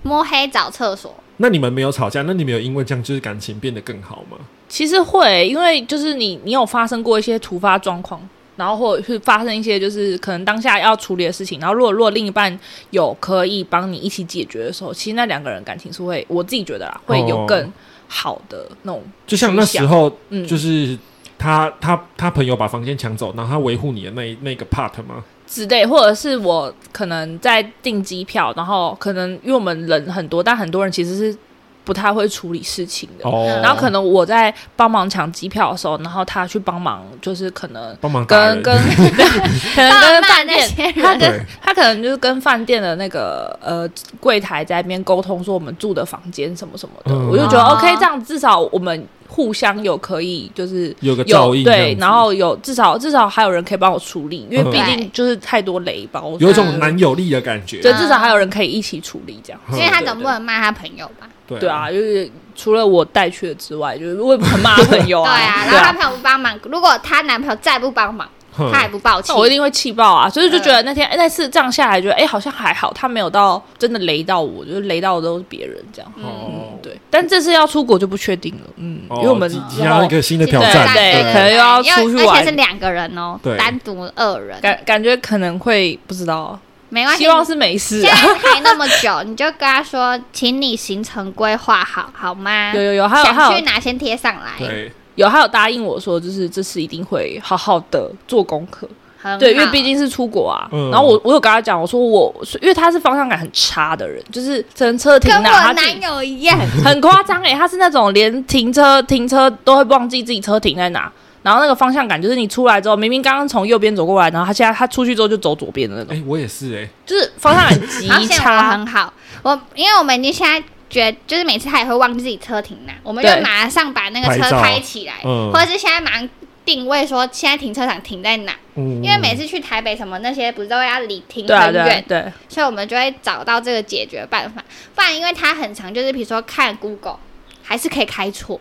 [SPEAKER 2] 摸黑找厕 所，
[SPEAKER 1] 那你们没有吵架，那你们有因为这样就是感情变得更好吗？
[SPEAKER 3] 其实会，因为就是你你有发生过一些突发状况，然后或者是发生一些就是可能当下要处理的事情，然后如果如果另一半有可以帮你一起解决的时候，其实那两个人感情是会，我自己觉得啦，会有
[SPEAKER 1] 哦
[SPEAKER 3] 更好的那种
[SPEAKER 1] 就像那
[SPEAKER 3] 趋
[SPEAKER 1] 时
[SPEAKER 3] 向
[SPEAKER 1] 候，
[SPEAKER 3] 嗯
[SPEAKER 1] 就是他他他朋友把房间抢走，然后他维护你的那那个 part 吗？
[SPEAKER 3] 之类，或者是我可能在订机票，然后可能因为我们人很多，但很多人其实是不太会处理事情的。
[SPEAKER 1] 哦，
[SPEAKER 3] 嗯然后可能我在帮忙抢机票的时候，然后他去帮忙，就是可能
[SPEAKER 1] 帮忙打
[SPEAKER 3] 跟
[SPEAKER 1] 人
[SPEAKER 3] 跟 可能跟饭
[SPEAKER 2] 啊那
[SPEAKER 3] 店，
[SPEAKER 2] 些
[SPEAKER 3] 他
[SPEAKER 2] 人，
[SPEAKER 3] 跟
[SPEAKER 1] 对
[SPEAKER 3] 他可能就是跟饭店的那个呃柜台在那边沟通说我们住的房间什么什么的，
[SPEAKER 1] 嗯
[SPEAKER 3] 我就觉得
[SPEAKER 2] 哦
[SPEAKER 3] OK，这样至少我们互相有可以就是
[SPEAKER 1] 有个照
[SPEAKER 3] 有
[SPEAKER 1] 应这样子，
[SPEAKER 3] 对，然后有至少至少还有人可以帮我处理，因为
[SPEAKER 1] 嗯
[SPEAKER 3] 毕
[SPEAKER 2] 对
[SPEAKER 3] 竟就是太多雷包，
[SPEAKER 1] 有一
[SPEAKER 3] 所
[SPEAKER 1] 种
[SPEAKER 3] 以
[SPEAKER 1] 男友力的感觉，
[SPEAKER 3] 对，
[SPEAKER 2] 嗯
[SPEAKER 3] 至少还有人可以一起处理这样。
[SPEAKER 2] 因为他总不能骂他朋友 吧？
[SPEAKER 1] 嗯对
[SPEAKER 3] 对啊，就是除了我带去的之外，就是我也很骂他朋友
[SPEAKER 2] 对
[SPEAKER 3] 啊，
[SPEAKER 2] 啊，然后他朋友不帮忙，如果她男朋友再不帮忙，
[SPEAKER 1] 哼
[SPEAKER 2] 她也不抱歉
[SPEAKER 3] 嗯那。我一定会气爆啊！所以就觉
[SPEAKER 2] 嗯
[SPEAKER 3] 得那天、哎那次这样下来，觉得哎、好像还好，他没有到真的雷到我，就是雷到的都是别人这样。
[SPEAKER 2] 嗯
[SPEAKER 1] 哦，
[SPEAKER 3] 对，但这次要出国就不确定了，嗯，
[SPEAKER 1] 哦
[SPEAKER 3] 因为我们
[SPEAKER 1] 即即将一个新的挑
[SPEAKER 3] 对
[SPEAKER 1] 战，
[SPEAKER 3] 对
[SPEAKER 1] 对
[SPEAKER 3] 可能又要
[SPEAKER 2] 因为
[SPEAKER 3] 出去
[SPEAKER 2] 而
[SPEAKER 3] 玩
[SPEAKER 2] 且是两个人哦，
[SPEAKER 1] 对
[SPEAKER 2] 单独二人，
[SPEAKER 3] 感感觉可能会不知道，
[SPEAKER 2] 没关系
[SPEAKER 3] 希。望是没事
[SPEAKER 2] 现在
[SPEAKER 3] 啊。
[SPEAKER 2] 还那么久，你就跟他说，请你行程规划好，好吗？
[SPEAKER 3] 有有有，还有还
[SPEAKER 2] 想
[SPEAKER 3] 有
[SPEAKER 2] 去哪先贴上来，
[SPEAKER 1] 对，
[SPEAKER 3] 有还有答应我说，就是这次一定会好好的做功课。
[SPEAKER 2] 很嗯好
[SPEAKER 3] 对，因为毕竟是出国啊。
[SPEAKER 1] 嗯
[SPEAKER 3] 然后我我有跟他讲，我说我因为他是方向感很差的人，就是停车停
[SPEAKER 2] 跟
[SPEAKER 3] 哪
[SPEAKER 2] 我
[SPEAKER 3] 他自己
[SPEAKER 2] 男友一样，
[SPEAKER 3] 很夸张哎，他是那种连停车停车都会忘记自己车停在哪，然后那个方向感就是你出来之后，明明刚刚从右边走过来，然后他现在他出去之后就走左边的那种，
[SPEAKER 1] 哎，我也是哎，
[SPEAKER 3] 就是方向感极
[SPEAKER 2] 然后现在我
[SPEAKER 3] 差。
[SPEAKER 2] 很好，我因为我们已经现在觉得，就是每次他也会忘记自己车停哪，我们就
[SPEAKER 3] 对
[SPEAKER 2] 马上把那个
[SPEAKER 1] 拍
[SPEAKER 2] 车
[SPEAKER 1] 照
[SPEAKER 2] 拍起来，
[SPEAKER 1] 嗯
[SPEAKER 2] 或者是现在马上定位说现在停车场停在哪，
[SPEAKER 1] 因
[SPEAKER 2] 因为每次去台北什么那些不是都要离停
[SPEAKER 3] 对啊，
[SPEAKER 2] 很
[SPEAKER 3] 对啊
[SPEAKER 2] 远，
[SPEAKER 3] 对，
[SPEAKER 2] 所以我们就会找到这个解决办法。不然，因为他很常就是比如说看 Google，还是可以开错。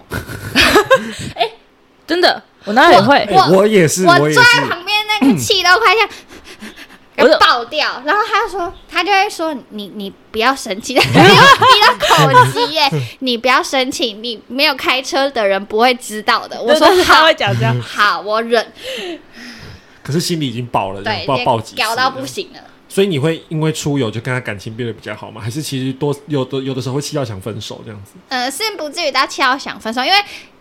[SPEAKER 3] 真的，我那也会，
[SPEAKER 1] 哎我也是，
[SPEAKER 2] 我
[SPEAKER 1] 我也
[SPEAKER 2] 坐在
[SPEAKER 1] 是，
[SPEAKER 2] 旁边那个气都快像
[SPEAKER 3] 我
[SPEAKER 2] 要
[SPEAKER 3] 的
[SPEAKER 2] 爆掉，然后他就说，他就会说你你不要生 气，因为你的口急耶，你不要生气，你没有开车的人不会知道的。我说
[SPEAKER 3] 对对对他
[SPEAKER 2] 好嗯
[SPEAKER 3] 会讲这样，
[SPEAKER 2] 好，我忍，
[SPEAKER 1] 可是心里已经爆了，这样
[SPEAKER 2] 对，
[SPEAKER 1] 爆爆几次
[SPEAKER 2] 搞到
[SPEAKER 1] 这样
[SPEAKER 2] 不行了。
[SPEAKER 1] 所以你会因为出游就跟他感情变得比较好吗？还是其实多有的有的时候会气到想分手这样 子？
[SPEAKER 2] 呃，是不至于到气到想分手，因为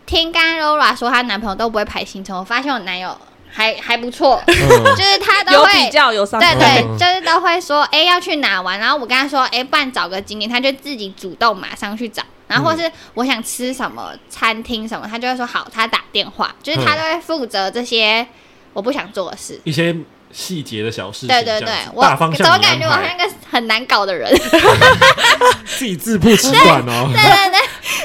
[SPEAKER 2] 听刚刚 Laura 说她男朋友都不会排行程，我发现我男友还还不错，
[SPEAKER 1] 嗯
[SPEAKER 2] 就是他都
[SPEAKER 3] 有
[SPEAKER 2] 会
[SPEAKER 3] 比较有伤
[SPEAKER 2] 对
[SPEAKER 3] 害。
[SPEAKER 2] 对，就是都会说，哎、要去哪玩？然后我跟他说，哎、不然找个景点，他就自己主动马上去找。然后或是我想吃什么餐厅什么，他就会说好，他打电话，就是他
[SPEAKER 1] 嗯
[SPEAKER 2] 都会负责这些我不想做的事。
[SPEAKER 1] 一些细节的小事情这
[SPEAKER 2] 对
[SPEAKER 1] 样子，
[SPEAKER 2] 对对，我
[SPEAKER 1] 大方
[SPEAKER 2] 怎
[SPEAKER 1] 向
[SPEAKER 2] 么
[SPEAKER 1] 你安
[SPEAKER 2] 感觉我好
[SPEAKER 1] 排
[SPEAKER 2] 像一个很难搞的人？
[SPEAKER 1] 自己自曝其短哦
[SPEAKER 2] 对。对对，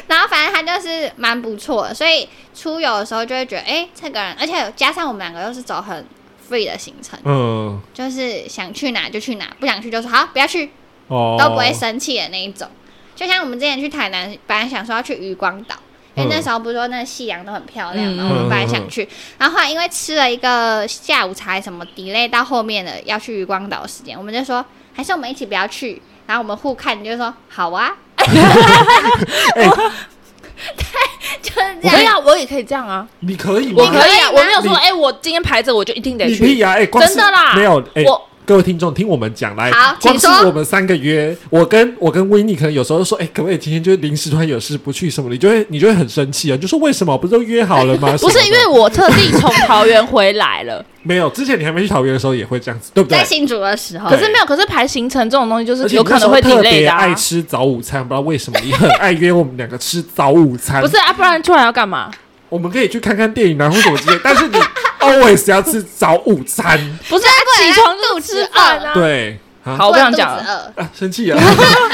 [SPEAKER 2] 然后反正他就是蛮不错的，所以出游的时候就会觉得，哎、这个人，而且加上我们两个又是走很 free 的行程，
[SPEAKER 1] 嗯，
[SPEAKER 2] 就是想去哪就去哪，不想去就说好，不要去，
[SPEAKER 1] 哦，
[SPEAKER 2] 都不会生气的那一种。就像我们之前去台南，本来想说要去渔光岛，因为那时候不是说那夕阳都很漂亮嘛，
[SPEAKER 3] 嗯
[SPEAKER 2] 我们本来
[SPEAKER 1] 嗯嗯嗯
[SPEAKER 2] 想去，然后后来因为吃了一个下午茶什么 delay 到后面的要去渔光岛的时间，我们就说还是我们一起不要去，然后我们互看，就说好啊，
[SPEAKER 1] 哎
[SPEAKER 2] 对，就是这
[SPEAKER 3] 可以
[SPEAKER 2] 样。
[SPEAKER 3] 啊，我也可以这样啊，
[SPEAKER 1] 你可以吗？
[SPEAKER 3] 我可
[SPEAKER 2] 你
[SPEAKER 3] 以啊，
[SPEAKER 2] 可以吗
[SPEAKER 3] 我没有说，哎，我今天排着我就一定得
[SPEAKER 1] 你屁
[SPEAKER 3] 去。
[SPEAKER 1] 呀！哎，光是
[SPEAKER 3] 真的啦
[SPEAKER 1] 没有哎
[SPEAKER 3] 我。
[SPEAKER 1] 各位听众，听我们讲来
[SPEAKER 2] 好，
[SPEAKER 1] 光
[SPEAKER 2] 请
[SPEAKER 1] 是
[SPEAKER 2] 说
[SPEAKER 1] 我们三个约，我跟我跟维尼可能有时候说，哎、可不可以今天就临时突然有事不去什么，你就会你就会很生气啊，就说为什么不是都约好了吗？
[SPEAKER 3] 不是
[SPEAKER 1] 什么的
[SPEAKER 3] 因为我特地从桃园回来了，
[SPEAKER 1] 没有，之前你还没去桃园的时候也会这样子，对不对
[SPEAKER 2] 在？新竹的时候
[SPEAKER 3] 可，是没有，可是排行程这种东西就
[SPEAKER 1] 而
[SPEAKER 3] 是
[SPEAKER 1] 且
[SPEAKER 3] 有可能会
[SPEAKER 1] 你那时
[SPEAKER 3] 挺
[SPEAKER 1] 候特
[SPEAKER 3] 累
[SPEAKER 1] 别
[SPEAKER 3] 的啊
[SPEAKER 1] 爱。吃早午餐，不知道为什么你很爱约我们两个吃早午餐。
[SPEAKER 3] 不是，啊，不然突然要干嘛？
[SPEAKER 1] 我们可以去看看电影啊，或什么之类，但是你 always 要吃早午餐，
[SPEAKER 3] 不是啊起床就吃饭啊。
[SPEAKER 1] 对啊
[SPEAKER 3] 好，我不想讲
[SPEAKER 2] 肚子
[SPEAKER 3] 了。
[SPEAKER 2] 饿。
[SPEAKER 1] 啊，生气啊！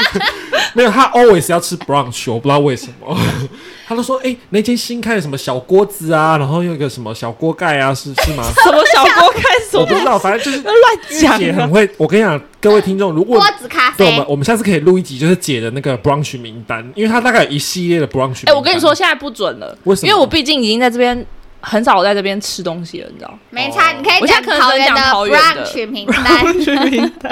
[SPEAKER 1] 没有，他 always 要吃 brunch，我不知道为什么。 他都说，哎、那间新开的什么小锅子啊，然后用一个什么小锅盖啊，是是吗？
[SPEAKER 3] 什么小 锅开 什
[SPEAKER 1] 我
[SPEAKER 3] 么
[SPEAKER 1] 不知道，反正就是
[SPEAKER 3] 乱
[SPEAKER 1] 姐
[SPEAKER 3] 讲
[SPEAKER 1] 很
[SPEAKER 3] 啊！
[SPEAKER 1] 会。我跟你讲，各位听众，如果
[SPEAKER 2] 锅子咖
[SPEAKER 1] 对我
[SPEAKER 2] 啡
[SPEAKER 1] 们，，哦我们下次可以录一集，就是姐的那个 brunch 名单，因为她大概有一系列的 brunch。
[SPEAKER 3] 哎、我跟你说，，现在不准了，
[SPEAKER 1] 为什么
[SPEAKER 3] 因为我毕竟已经在这边很少在这边吃东西了，你知 道？
[SPEAKER 2] 没差，你可以
[SPEAKER 3] 我现
[SPEAKER 2] 讲
[SPEAKER 3] 在可能只
[SPEAKER 2] 桃
[SPEAKER 3] 能
[SPEAKER 2] 园
[SPEAKER 3] 讲
[SPEAKER 2] 的
[SPEAKER 3] 桃园的
[SPEAKER 2] brunch 名单，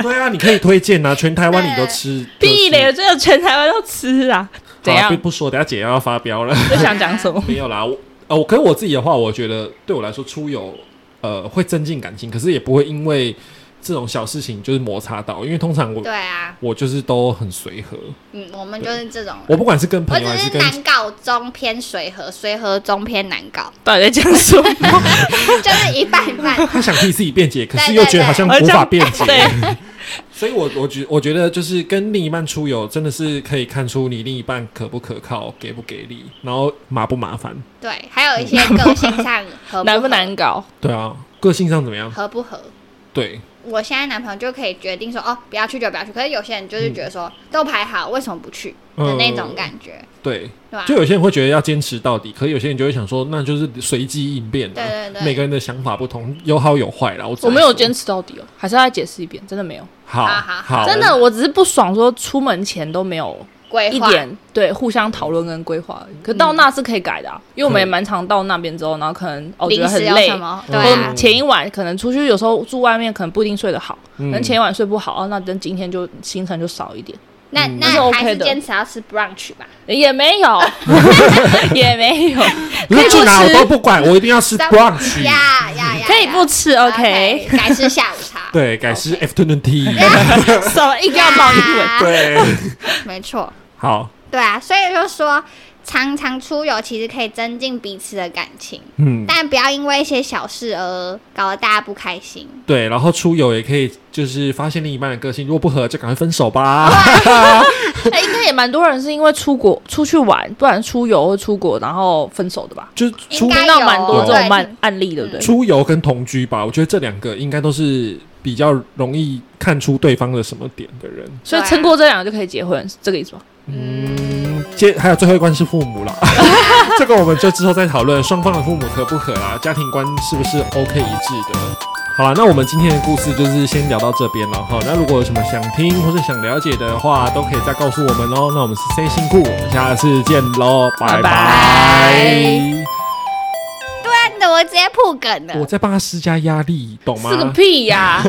[SPEAKER 1] 对啊，你可以推荐啊，全台湾你都吃。
[SPEAKER 3] 屁
[SPEAKER 1] 就是
[SPEAKER 3] 嘞，这个全台湾都吃啊！ 怎
[SPEAKER 1] 好啦
[SPEAKER 3] 样
[SPEAKER 1] 不？不说，等下姐要发飙了。
[SPEAKER 3] 就想讲什么？
[SPEAKER 1] 没有啦，我呃，我可是我自己的话，我觉得对我来说出游呃会增进感情，可是也不会因为这种小事情就是摩擦到，因为通常我
[SPEAKER 2] 对啊，
[SPEAKER 1] 我就是都很随和，
[SPEAKER 2] 嗯，我们就是这种人。
[SPEAKER 1] 我不管是跟
[SPEAKER 2] 我
[SPEAKER 1] 朋友还
[SPEAKER 2] 只
[SPEAKER 1] 是
[SPEAKER 2] 是
[SPEAKER 1] 跟
[SPEAKER 2] 难搞中偏随和，随和中偏难 搞，
[SPEAKER 3] 到底在讲什 么？
[SPEAKER 2] 就是一半一半。
[SPEAKER 1] 他想替自己辩解，可是
[SPEAKER 2] 对
[SPEAKER 1] 又
[SPEAKER 2] 对
[SPEAKER 1] 觉得好像
[SPEAKER 3] 对
[SPEAKER 1] 无法辩解。
[SPEAKER 3] 对，
[SPEAKER 1] 所以我，我觉我觉得就是跟另一半出游，真的是可以看出你另一半可不可靠，给不给力，然后麻不麻烦。
[SPEAKER 2] 对，还有一些个性上合不合
[SPEAKER 3] 难不难搞？
[SPEAKER 1] 对啊，个性上怎么样？
[SPEAKER 2] 合不合。
[SPEAKER 1] 对，
[SPEAKER 2] 我现在男朋友就可以决定说，哦，不要去就不要去。可是有些人就是觉得
[SPEAKER 3] 嗯
[SPEAKER 2] 说，都排好，为什么不去的那种感觉，
[SPEAKER 1] 对，
[SPEAKER 2] 对吧
[SPEAKER 1] 就？有些人会觉得要坚持到底，可有些人就会想说，那就是随机应变的、啊。
[SPEAKER 2] 对对对
[SPEAKER 1] 每个人的想法不同，有好有坏啦。我只
[SPEAKER 3] 我
[SPEAKER 1] 能
[SPEAKER 3] 没有
[SPEAKER 1] 说
[SPEAKER 3] 坚持到底哦，还是要再解释一遍，真的没有，
[SPEAKER 1] 好
[SPEAKER 2] 好啊好好
[SPEAKER 3] 真的，我只是不爽，说出门前都没有
[SPEAKER 2] 规
[SPEAKER 3] 一
[SPEAKER 2] 划嗯
[SPEAKER 3] 点对互相讨论跟规划而已，可到那是可以改的、啊，因为我们也蛮常到那边之后，然后可能哦觉
[SPEAKER 2] 临
[SPEAKER 3] 得很
[SPEAKER 2] 时有
[SPEAKER 3] 累
[SPEAKER 2] 什，么？
[SPEAKER 1] 嗯
[SPEAKER 2] 对
[SPEAKER 3] 或者
[SPEAKER 2] 啊，
[SPEAKER 3] 前一晚可能出去，有时候住外面可能不一定睡得好，可
[SPEAKER 1] 嗯
[SPEAKER 3] 能前一晚睡不好，哦那等今天就行程就 少一点，
[SPEAKER 2] 那
[SPEAKER 1] 嗯
[SPEAKER 3] 那是
[SPEAKER 2] 那
[SPEAKER 3] OK
[SPEAKER 2] 还是
[SPEAKER 3] 的
[SPEAKER 2] 坚持要吃 brunch 吧。
[SPEAKER 3] 也没有，也没有，
[SPEAKER 1] 你
[SPEAKER 3] 可以
[SPEAKER 1] 去
[SPEAKER 3] 不
[SPEAKER 1] 哪我
[SPEAKER 3] 吃
[SPEAKER 1] 都不管，我一定要吃 brunch。。
[SPEAKER 2] 呀呀呀！
[SPEAKER 3] 可以不吃，OK？
[SPEAKER 2] 改吃下午茶
[SPEAKER 1] 对，改吃 afternoon tea。
[SPEAKER 3] 什么硬要报英文？
[SPEAKER 2] 啊，
[SPEAKER 1] 对，
[SPEAKER 2] 没错，
[SPEAKER 1] 好，
[SPEAKER 2] 对啊，所以就说常常出游其实可以增进彼此的感情，
[SPEAKER 1] 嗯，
[SPEAKER 2] 但不要因为一些小事而搞得大家不开心。
[SPEAKER 1] 对，然后出游也可以，就是发现另一半的个性，如果不合就赶快分手吧。
[SPEAKER 3] 哎、应该也蛮多人是因为出国出去玩，不然出游或出国然后分手的吧？
[SPEAKER 1] 就是
[SPEAKER 2] 应
[SPEAKER 1] 出
[SPEAKER 2] 该
[SPEAKER 3] 听到蛮多这种案案例，对不对？
[SPEAKER 2] 啊
[SPEAKER 1] 出游跟同居吧，我觉得这两个应该都是比较容易看出对方的什么点的人。
[SPEAKER 3] 所以撑过这两个就可以结婚，是这个意思吗？
[SPEAKER 1] 嗯，接还有最后一关是父母啦， 这个我们就之后再讨论双方的父母合不合啦，家庭观是不是 OK 一致的。好啦，那我们今天的故事就是先聊到这边了哈。那如果有什么想听或是想了解的话，都可以再告诉我们哦。那我们是 C 辛苦，我们下次见喽，拜拜
[SPEAKER 3] 拜拜。
[SPEAKER 2] 真的，我直接破梗了
[SPEAKER 1] 我。在帮他施加压力，懂吗？
[SPEAKER 3] 是个屁呀、